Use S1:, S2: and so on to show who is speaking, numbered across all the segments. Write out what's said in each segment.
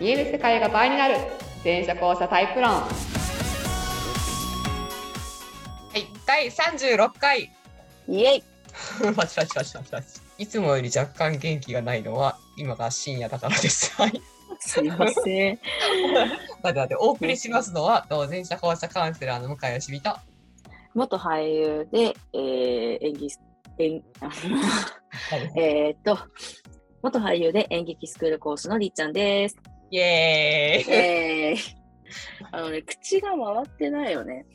S1: 見える世界が倍になる全社交差タイプ論は
S2: はい、第36回。
S3: イエイ
S2: パチパチパチパチパチ。いつもより若干元気がないのは、今が深夜だからです。 はい。
S3: すいませ
S2: 待って
S3: ん。
S2: 待って、お送りしますのは、同前者放射カウンセラーの向井よしみと。
S3: 元俳優で、えー、演技、演、あ
S2: はい
S3: えーっと、元俳優で演劇スクール講師のりっちゃんです。
S2: イエ
S3: イエーイあのね、口が回ってないよね。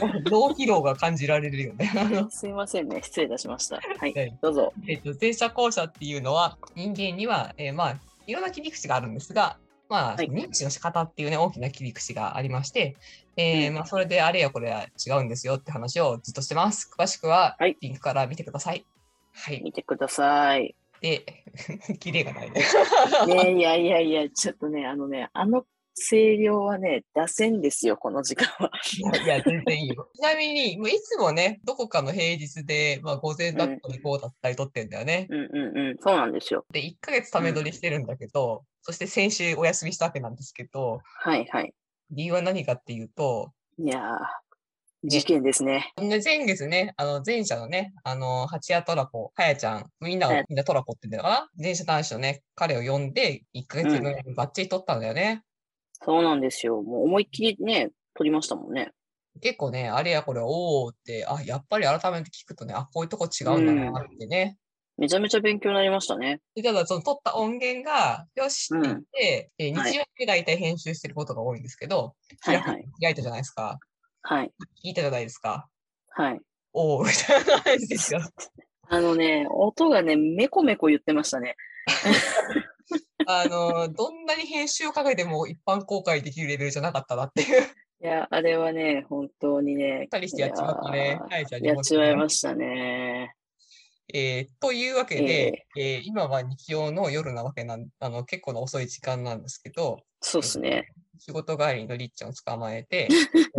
S2: ーイ。 脳疲労が感じられるよね。 あの
S3: すいませんね。失礼いたしました。はい
S2: はい、
S3: どうぞ。
S2: えっと、前者後者っていうのは、人間には、えーまあ、いろんな切り口があるんですが、まあ、
S3: はい
S2: 認知の仕方っていうね、大きな切り口がありまして、えー
S3: うん
S2: まあ、それであれやこれや違うんですよって話をずっとしてます。詳しくは
S3: はい、
S2: リンクから見てください。はい。
S3: 見てください。
S2: で、 キレがないね。
S3: ね、いやいやいや、ちょっとね、あのね、あの声量はね、出せんですよ、この時間は。
S2: いや、全然いいよ。ちなみに、もういつもね、どこかの平日で、まあ、午前だったり、午後だったり撮ってんだよね。
S3: うんうんうん、そうなんですよ。
S2: で、1ヶ月ため撮りしてるんだけど、そして先週お休みしたわけなんですけど、
S3: はいはい。
S2: 理由は何かっていうと、
S3: いやー、事件ですね。
S2: で前月ね、あの前者のね、あの、八谷トラコ、はやちゃん、みんなを
S3: はや
S2: みんなトラコって言うんだから、前者男子のね、彼を呼んで、1ヶ月分バッチリ撮ったんだよね。
S3: そうなんですよ。もう思いっきりね、撮りましたもんね。
S2: 結構ね、あれやこれ、おーって、あ、やっぱり改めて聞くとね、あ、こういうとこ違うんだなってね、
S3: めちゃめちゃ勉強になりましたね。
S2: でただ、その撮った音源が、よしって言って、えー
S3: はい
S2: 日曜日大体編集してることが多いんですけど、
S3: はい
S2: 開
S3: はい
S2: く開いたじゃないですか。
S3: はい。
S2: 聞いたじゃないですか。
S3: はい。
S2: おお、みたいな感じですよ。
S3: あのね、音がね、めこめこ言ってましたね。
S2: あの、どんなに編集をかけても一般公開できるレベルじゃなかったなっていう、
S3: いや、あれはね、本当にね。
S2: 二人してやっちまったね。
S3: いやー
S2: はやちゃんに
S3: やっちまいま
S2: し
S3: したね。
S2: えーというわけで、えー今は日曜の夜なわけなん、あの、結構な遅い時間なんですけど、
S3: そうですね。
S2: 仕事帰りのりっちゃんを捕まえ て、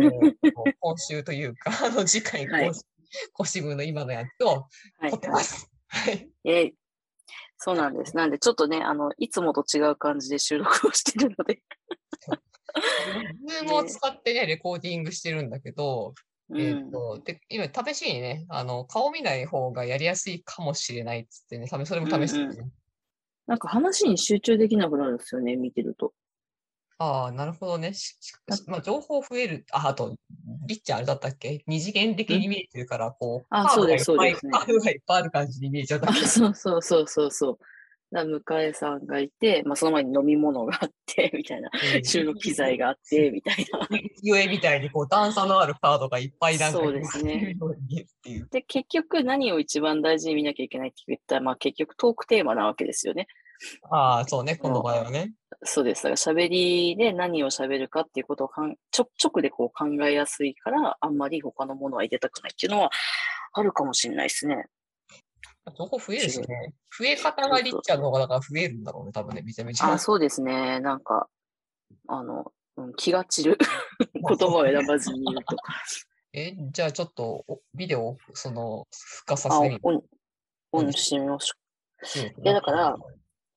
S2: えーと今週というか、 あの次回
S3: はい
S2: 更新、更新分の今のやつを
S3: はい
S2: 撮っ。てます。はい。
S3: えいそうなんです。なんで、ちょっとね、あの、いつもと違う感じで収録をしてるので。
S2: ズームを使ってね、レコーディングしてるんだけど、
S3: う
S2: えっ、
S3: ん。
S2: と、で、今、試しにね、あの、顔見ない方がやりやすいかもしれないっつってね、試それも試してる、ね
S3: うんなんか話に集中できなくなるんですよね、見てると。
S2: ああ、なるほどね。しししまあ、情報増える。あ、あと、りっちゃんあれだったっけ二次元的に見えてるから、こう、
S3: あ
S2: カード
S3: そうです
S2: がいっぱい
S3: そうですね
S2: カードがいっぱいある感じに見えちゃった
S3: あ、。そうそうそうそうそう。だから向井さんがいて、まあ、その前に飲み物があって、 みたいな。収録機材
S2: が。
S3: があって、みたいな。
S2: ゆえみたいに、こう、段差のあるカードがいっぱいなんか
S3: そうですね
S2: いるように見えるっていう。
S3: で、結局何を一番大事に見なきゃいけないって言ったら、まあ結局トークテーマなわけですよね。
S2: ああ、そうね、この場合はね。
S3: そうです。だから喋りで何を喋るかっていうことをかんちょ直でこう考えやすいから、あんまり他のものは入れたくないっていうのはあるかもしれないですね。
S2: 情報増えるし
S3: 違
S2: ね
S3: う。
S2: 増え方がりっちゃんの方がだから増えるんだろうね、多分ね、めちゃめちゃ。
S3: あ、そうですね。なんか、あの、うん気が散 る言葉を選ばずに言うと。
S2: え、じゃあちょっとおビデオをその、復活さ
S3: あ、
S2: せ
S3: オ
S2: てみ
S3: ン
S2: る、
S3: オンしてみましょう。
S2: うん
S3: いやだから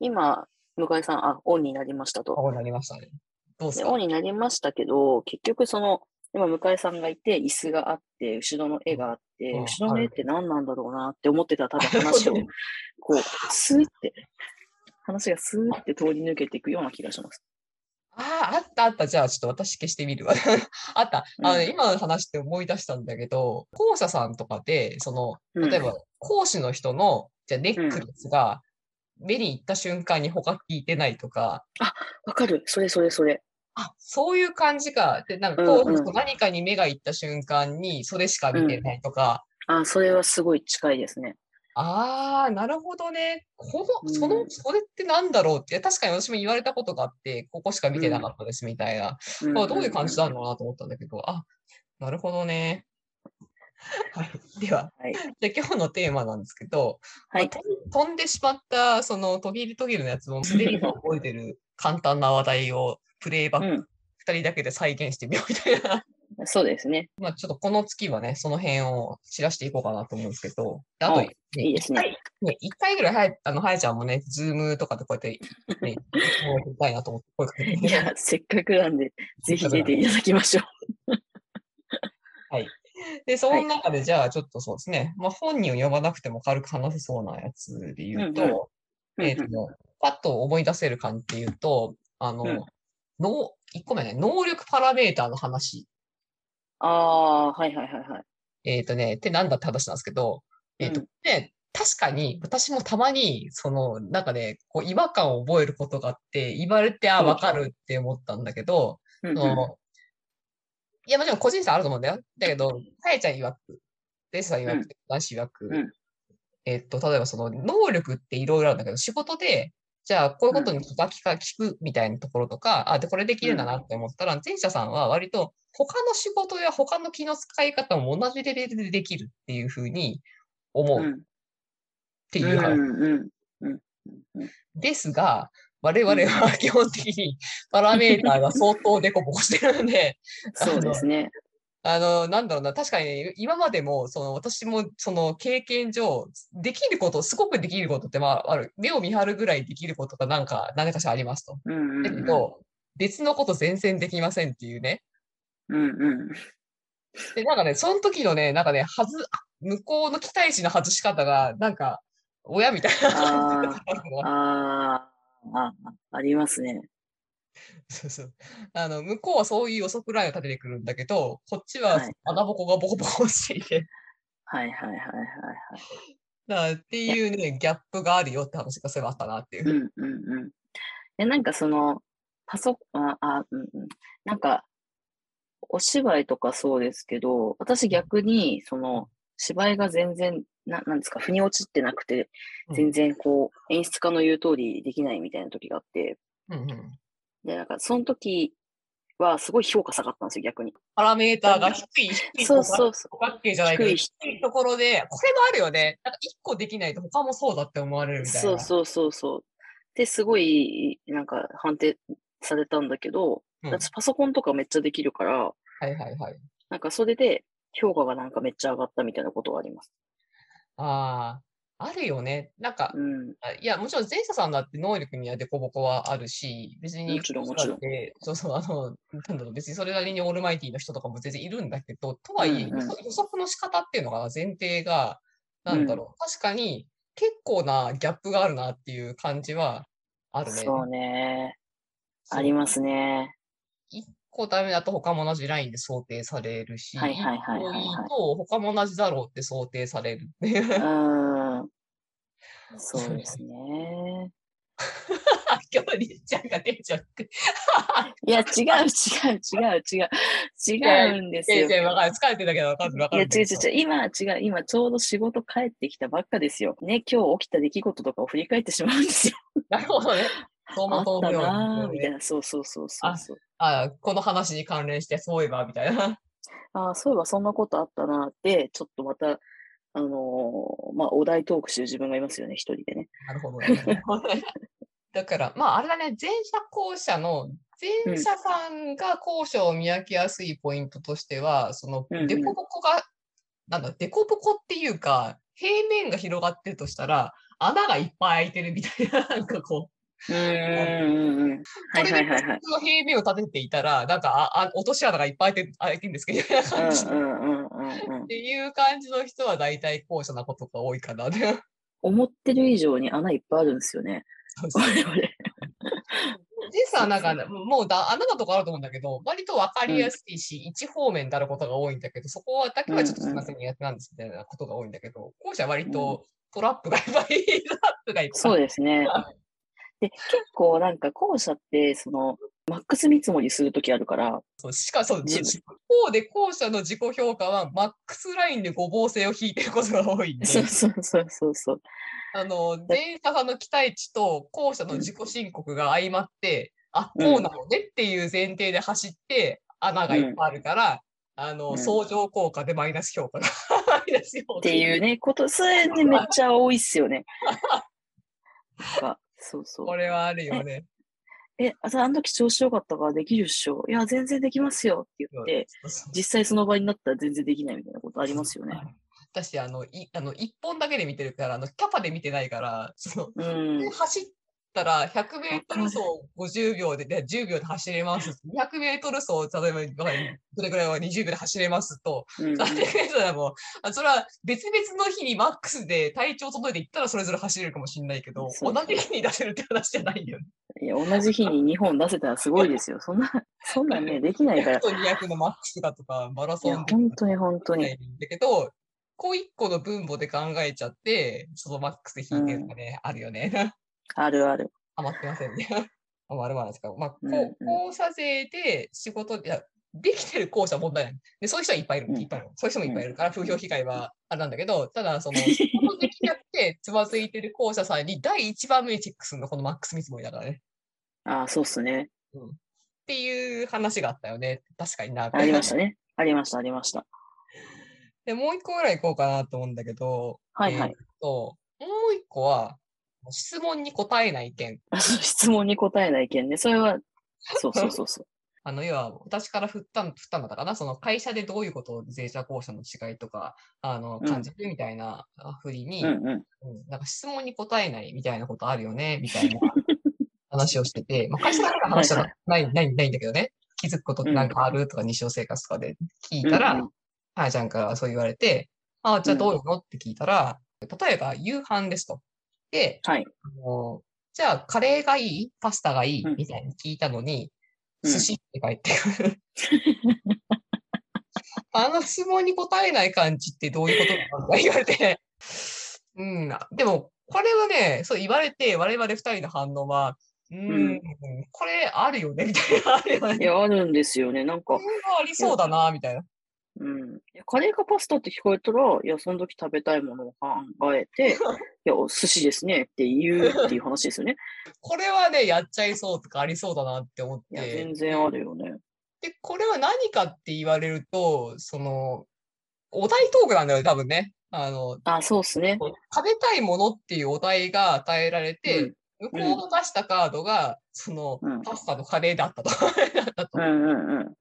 S3: 今、向井さん、あ、オンになりましたと。
S2: あ、なりましたね。どうです
S3: で、
S2: か
S3: オンになりましたけど、結局その、今向井さんがいて、椅子があって、後ろの絵があって、
S2: うん
S3: 後ろの絵って何なんだろうなって思ってたら、多分
S2: なるほど
S3: 話を、こう、スーって、話がスーって通り抜けていくような気がします。
S2: ああ、あったあった。じゃあ、ちょっと私消してみるわ。 あった。あの、
S3: うん
S2: 今の話って思い出したんだけど、校舎さんとかで、その、
S3: うん
S2: 例えば、講師の人の、じゃあネックレスが、目に行った瞬間に他聞いてないとか、
S3: わかるそれそれそれ。
S2: あ、そういう感じか。で、なんか
S3: う
S2: こ
S3: んうん
S2: う、何かに目が行った瞬間に、それしか見てないとか、
S3: あ、それはすごい近いですね。
S2: ああ、なるほどね。この、そうの、
S3: ん
S2: それってなんだろうって、いや確かに私も言われたことがあって、ここしか見てなかったですみたいな。
S3: ん
S2: あどういう感じなんだろうなと思ったんだけど、あ、なるほどね。はい。では、
S3: はい
S2: で今日のテーマなんですけど、
S3: は
S2: まあ
S3: い。
S2: と飛んでしまった、その途切り途切りのやつも、すでに今覚えてる簡単な話題をプレイバック
S3: うん。
S2: 2人だけで再現してみようみたいな。
S3: そうですね。
S2: まあ、ちょっとこの月はね、その辺を散らしていこうかなと思うんですけど、であと、
S3: はい
S2: ね
S3: いいですね。
S2: ね、一回ぐらいはや、あの、はやちゃんもね、ズームとかでこうやっ て、ね、行きたいなと思って声かけて
S3: いや、せっかくなんで、ぜ ひ出ていただきましょう。
S2: で、その中で、じゃあ、ちょっとそうですね、まあ、本人を呼ばなくても軽く話せそうなやつで言うと、えっ、と、パッと思い出せる感じで言うと、あの、
S3: うん
S2: の1個目ね、能力パラメーターの話。
S3: ああー、はいはいはいはい。
S2: えっ、とね、ってなんだって話なんですけど、えっ、と、
S3: うん
S2: ね、確かに私もたまに、その、なんかね、こう違和感を覚えることがあって、言われて、あ、
S3: うん
S2: わかるって思ったんだけど、
S3: うん
S2: そのいや、もちろん個人差あると思うんだよ。だけど、さやちゃん曰く、レイさん曰
S3: うん
S2: く、男子曰く、
S3: うん
S2: えっと、例えばその能力っていろいろあるんだけど、仕事で、じゃあこういうことに気が気が利くみたいなところとか、あ、で、これできるんだなって思ったら、前者さんは割と他の仕事や他の気の使い方も同じレベルでできるっていうふうに思
S3: う
S2: うっ
S3: ん
S2: ていう話。
S3: うんうんうんうん
S2: ですが、我々は基本的にパラメーターが相当デコボコしてるんで、
S3: そうですね。
S2: あの、なんだろうな、確かにね、い今までも、その、私も、その、経験上、できること、すごくできることって、まあ、ある、目を見張るぐらいできることが、なんか、何かしらありますと。
S3: うんうん
S2: だけど、別のこと全然できませんっていうね。
S3: うんうん
S2: で、なんかね、その時のね、なんかね、はず、向こうの期待値の外し方が、なんか、親みたいな
S3: あー
S2: あの
S3: あーあ、ありますね。
S2: そうそう。あの、向こうはそういう予測ラインを立ててくるんだけど、こっちは
S3: はい
S2: 穴ぼこがボコボコしていて、
S3: はいはいはいはい
S2: だからっていうね、ギャップがあるよって話がそういえばあったなっていう。
S3: はい。うんうんうん。え、なんかその、パソコン、ああ、うんうん。なんか、お芝居とかそうですけど、私逆に、その、芝居が全然、ななんですか、腑に落ちてなくて、
S2: うん
S3: 全然こう、演出家の言う通りできないみたいな時があって、
S2: うんうん
S3: で、なんか、その時はすごい評価下がったんですよ、逆に。
S2: パラメーターが低い、低い、
S3: そうそうそ
S2: 五角形じゃないけど、
S3: 低い
S2: 低いところで、これもあるよね。なんか一個できないと他もそうだって思われる
S3: う。
S2: みたいな。
S3: そうそうそうそう。で、すごい、なんか、判定されたんだけど、
S2: うん
S3: 私パソコンとかめっちゃできるから、
S2: はいはいはい。
S3: なんかそれで評価がなんかめっちゃ上がったみたいなことがあります。
S2: ああ、あるよね。なんか
S3: う、ん。
S2: あいや、もちろん前者さんだって能力にはデコボコはあるし、別に、
S3: もちろんもちろん
S2: でそうそう、あの、なんだろう、別にそれなりにオールマイティーの人とかも全然いるんだけど、とはいえ、
S3: うんうん
S2: 予測の仕方っていうのが前提が、なんだろう、確かに結構なギャップがあるなっていう感じはあるね。
S3: そうね。
S2: そう
S3: ありますね。
S2: 一個ダメだと他も同じラインで想定されるし、
S3: はいはいはいはいはい
S2: 一個いいと他も同じだろうって想定される。
S3: うん。そうですね。
S2: 今日りっちゃんが出ちゃって。
S3: いや、違う違 う違う違う。違うんです
S2: え
S3: よ。
S2: え、わかる。疲れてたけどわかるわか
S3: いや、
S2: る
S3: 違う違う違う。今は違う。今、ちょうど仕事帰ってきたばっかですよ。ね、今日起きた出来事とかを振り返ってしまうんですよ。
S2: なるほどね。相
S3: あ
S2: 馬
S3: っ
S2: 灯
S3: た
S2: 明
S3: なぁ、
S2: の
S3: みたいな。そうそうそうそうそう。
S2: あこの話に関連して、そういえば、みたいな。
S3: ああ、そういえばそんなことあったなって、ちょっとまた、あのーまあ、お題トークしてる自分がいますよね、一人でね。
S2: なるほどね。 だから、まあ、あれだね、前者後者の、前者さんが後者を見分けやすいポイントとしては、その、
S3: うんうん
S2: デコボコが、なんだ、デコボコっていうか、平面が広がってるとしたら、穴がいっぱい開いてるみたいな、なんかこう、
S3: うんうんうんうん。はいはいはいはい。
S2: 普通の平面を立てていたら、なんか、ああ落とし穴がいっぱい開いて開いてるんですけど、みたいな感じ。
S3: う
S2: っ
S3: んうんうんうんうん。
S2: ていう感じの人は大体後者なことが多いかな。 ね
S3: 思ってる以上に穴いっぱいあるんですよね。我々。
S2: でさ、なんか、もうだ穴のとこあると思うんだけど、割と分かりやすいし、一方面であることが多いんだけど、そこはだけはちょっとすみません、苦手なんですみたいなことが多いんだけど、後者は割とトラップがいっぱい、トラップがいっぱい。
S3: そうですね。で、結構なんか後者って、その、マックス見積もりするときあるから、
S2: そうしかも、そう、
S3: 自分
S2: 一方で後者の自己評価は、マックスラインでごぼう性を引いてることが多いんで、
S3: そうそうそうそうそう。
S2: あの、前者さんの期待値と後者の自己申告が相まって、あ、
S3: うん
S2: こうなのねっていう前提で走って、穴がいっぱいあるから、あ
S3: う
S2: の、
S3: ん
S2: 相乗効果でマイナス評価が。 マイナス評価
S3: っていうね、こと、それでめっちゃ多いっすよね。なんかそうそう
S2: こ。れはあるよね。
S3: え、ああの時調子良かったからできるっしょ。いや、全然できますよって言って、実際その場になったら全然できないみたいなことありますよね。
S2: 私、あの、いあの1本だけで見てるから、あのキャパで見てないから、そ
S3: うん
S2: の。走ったら100メートル走50秒で、で10秒で走れます。200メートル走、例えばわかんない、どれぐらいは20秒で走れますと、
S3: うん
S2: 3 0 0メートルはもう、あそれは別々の日にマックスで体調整えていったらそれぞれ走れるかもしれないけど、同
S3: そうそう
S2: じ日に出せるって話じゃないよね。
S3: いや、同じ日に2本出せたらすごいですよ。そんな、そんなんね、できないから
S2: 100。と200のマックスだとか、マラ
S3: い
S2: ソ
S3: や、
S2: ン
S3: 本当に本当に。
S2: だけど、こう一個の分母で考えちゃって、そのマックスで引いてるとかね、あるよね。
S3: あるある。
S2: 余ってませんね。 余るわなんですか。まあ、こ
S3: うんうん
S2: う校舎税で仕事で、いやできてる校舎は問題ない。で、そういう人はいっぱいいる。
S3: うん
S2: いっぱいいるそういう人もいっぱいいるから、風評被害はあれなんだけど、た だ、その、仕事できなくて、つまずいてる校舎さんに第一番目にチェックするの、このマックス見積もりだからね。
S3: あそうっすね。
S2: っていう話があったよね。確かにな。
S3: ありましたね。ありました、ありました。
S2: で、もう一個ぐらい行こうかなと思うんだけど、
S3: はいはい
S2: えーっと、もう一個は、質問に答えない意見。
S3: あそう質問に答えない意見ね。それは、そうそうそうそう。
S2: あの、要は、私から振ったん、振ったんだったかな、その会社でどういうことを税者公社の違いとか、あの、
S3: うん
S2: 感じるみ たいなあふりに、
S3: うんうん。
S2: うんなんか質問に答えないみたいなことあるよね、みたいな 話をしてて、まあ、会社だけの話じゃ
S3: は
S2: ない、ない、ないんだけどね、気づくことってなんかあるとか、日常生活とかで聞いたら、
S3: うんうん
S2: あやちゃんからそう言われて、ああ、じゃあどうよって聞いたら、例えば夕飯ですと。で、
S3: はい。
S2: あのじゃあカレーがいいパスタがいい
S3: うん
S2: みたいに聞いたのに、
S3: うん
S2: 寿司って帰ってくる。あの質問に答えない感じってどういうことなのか言われて。うん、でも、これはね、そう言われて、我々二人の反応は、うん、
S3: うん
S2: これあるよね、みたいな。あるよ
S3: い
S2: ね。
S3: や、あるんですよね。なんか
S2: これ、はありそうだな、みたいな。
S3: うん。いやカレーかパスタって聞こえたら、いや、その時食べたいものを考えて、いや、お寿司ですねって言うっていう話ですよ ね。
S2: これはね、やっちゃいそうとかありそうだなって思っ
S3: いや、
S2: て。
S3: 全然あるよね。
S2: で、これは何かって言われると、その、お題トークなんだよね、多分ね。あの、
S3: あ、そうっすね。
S2: 食べたいものっていうお題が与えられて、
S3: うん
S2: 向こうの出したカードが、その、
S3: うん
S2: パスタとカレーだったと。
S3: うんうんうん。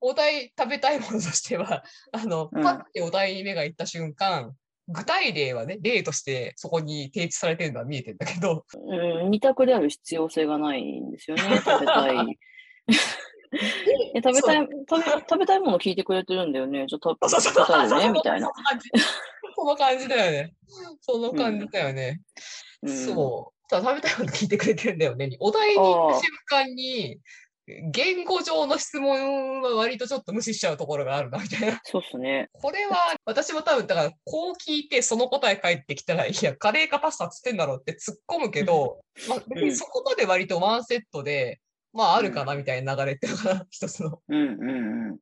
S2: お題、食べたいものとしては、あの、
S3: うん
S2: パッてお題に目がいった瞬間、具体例はね、例としてそこに提示されてるのは見えてんだけど、
S3: うん、二択である必要性がないん ですよね。食べたい。え食べたい食べ、食べたいもの聞いてくれてるんだよね。じゃあ
S2: そう
S3: 食
S2: そう
S3: べ
S2: そう
S3: たいよ ね、みたいな。。
S2: その感じだよね。その感じだよね。
S3: うん
S2: そう。ただ食べたいもの聞いてくれてるんだよね に。お題に行った瞬間に、言語上の質問は割とちょっと無視しちゃうところがあるな、みたいな。
S3: そうっすね。
S2: これは、私も多分、だから、こう聞いて、その答え返ってきたら、いや、カレーかパスタっつってんだろうって突っ込むけど、まあ、別にそこまで割とワンセットで、まあ、あるかな、みたいな流れっていうのかな、一つの。
S3: うんうんうん。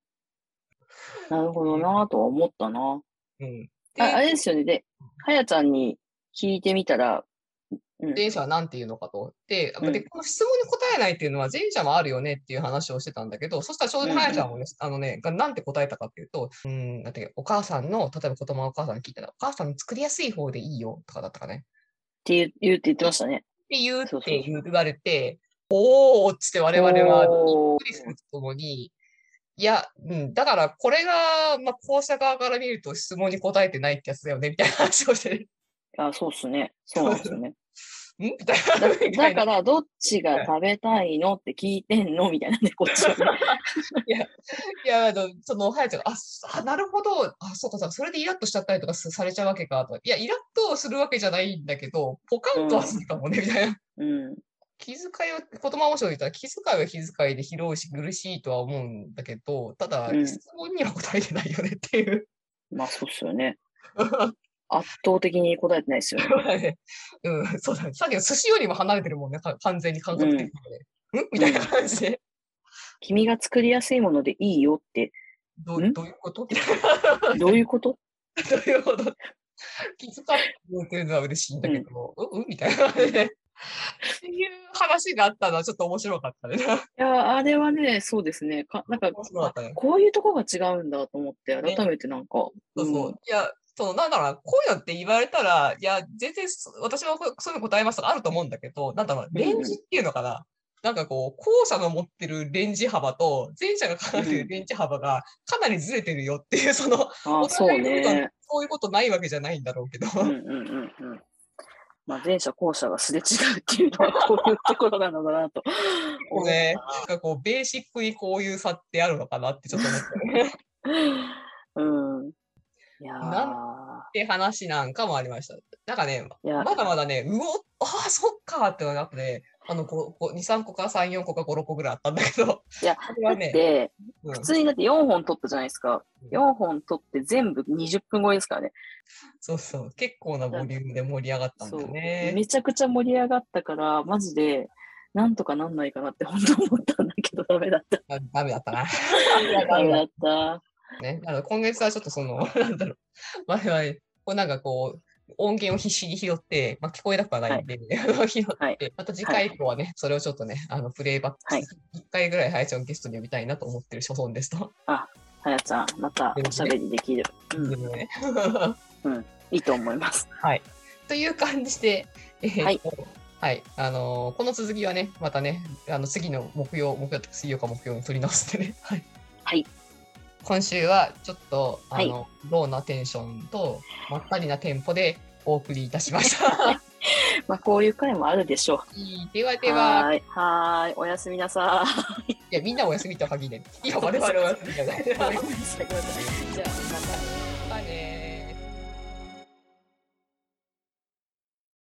S3: なるほどなぁとは思ったな。
S2: うん。
S3: ああ
S2: で、
S3: れですよね。で、はやちゃんに聞いてみたら、うん、
S2: 前者は何て言うのかと。で、
S3: うん
S2: でこの質問に答えないっていうのは前者もあるよねっていう話をしてたんだけど、そしたらちょうど
S3: うんうん
S2: はやちゃんもね、あのね、がなんて答えたかっていうと、うん、だってお母さんの、例えば子供はお母さんに聞いたら、お母さんの作りやすい方でいいよとかだったかね。
S3: って言う言うって言ってましたね。
S2: って言うっ
S3: そうそう
S2: て言う言われて、おーっつって我々はび
S3: お
S2: っ
S3: ー
S2: くりするとともに、いや、うん、だからこれが、まあ、校舎側から見ると質問に答えてないってやつだよね、みたいな話をして る。
S3: あ、そうっすね。そうなんです よね。
S2: んみたい
S3: だ
S2: な。みた
S3: だ
S2: いな
S3: から、どっちが食べたいのって聞いてんのみたいなね、こっちはね。
S2: いや、あの、その、はやちゃんが、あすあ、なるほど、あ、そうかさ、それでイラッとしちゃったりとかすされちゃうわけか、とか。いや、イラッとするわけじゃないんだけど、ポカンとはするかもね、みたいな。
S3: うん。
S2: 気遣いを、言葉を言ったら、気遣いは気遣いで広いし、苦しいとは思うんだけど、ただ、
S3: うん
S2: 質問には答えてないよねっていう。
S3: まあ、そうっすよね。圧倒的に答えてないですよね。
S2: うん、そうだね。さっきの寿司よりも離れてるもんね、か完全に感覚的にね。うん、みたいな感じで、
S3: 君が作りやすいものでいいよって、
S2: ど
S3: うん
S2: うどういうことみたいな。
S3: どういうこと
S2: どういうこと気遣っていうのは嬉しいんだけど、うん、うんみたいなね。っていう話があったのはちょっと面白かったね。
S3: いや、あれはね、そうですね。かなんか、
S2: 面白かったね。
S3: こういうとこが違うんだと思って、
S2: ね
S3: 改めてなんか、
S2: そうそう。
S3: うん
S2: いや、その、なんだろうな、こういうのって言われたら、いや、全然そ、私はこうそういうの答えますとかあると思うんだけど、なんだろうな、
S3: うんうん
S2: レンジっていうのかな。なんかこう、後者の持ってるレンジ幅と、前者が考えてるレンジ幅がかなりずれてるよっていう、その、
S3: あ
S2: お
S3: あ、そう
S2: 互いに
S3: ね。
S2: そういうことないわけじゃないんだろうけど、
S3: うんうんうんうん。まあ、前者後者がすれ違うっていうの はこういうところなのだなと
S2: こうね、なんかこう、ベーシックにこういう差ってあるのかなってちょっと思ってねっ
S3: うん。いやー
S2: ていう話なんかもありました。なんかね、
S3: いや、
S2: まだまだね、うおああ、そっかってのがあって、あの、こうこう2、3個か3、4個か5、6個ぐらいあったんだけど、
S3: いや
S2: これはね、
S3: で、
S2: うん
S3: 普通にだって4本取ったじゃないですか。4本取って全部20分超えですからね。
S2: そうそう、結構なボリュームで盛り上がったん
S3: そ
S2: だよ
S3: う。
S2: ね。
S3: めちゃくちゃ盛り上がったから、マジで、なんとかなんないかなって本当思ったんだけど、ダメだった。
S2: あダメだった な。
S3: ダメだった。
S2: ね、あの今月はちょっとその、 なんだろう、我々、こうなんかこう、音源を必死に拾って、まあ、聞こえなくはないんで、 拾って、
S3: はい
S2: また次回以降はね、それをちょっとね、あのプレイバック、
S3: はい
S2: 1回ぐらい配信をゲストに呼びたいなと思ってる所存ですと。
S3: はやちゃん、またおしゃべりできる。うん、
S2: ね
S3: いいと思います。
S2: という感じで、えー
S3: はい
S2: はいあのーこの続きはね、またね、あの次の木曜、木曜とか水曜か木曜に取り直してね。 はい。
S3: はい
S2: 今週はちょっと、あ
S3: はい
S2: の、ローなテンションと、まったりなテンポでお送りいたしま した。
S3: まあ、こういう回もあるでしょ
S2: いいでは
S3: う。
S2: では、
S3: ーい。はーい。おやすみなさい。
S2: いや、みんなお休み とは限らない。いや、我々はお休みじゃない。
S3: ごめんなさいごめんなさいじゃあ、またね。
S2: またね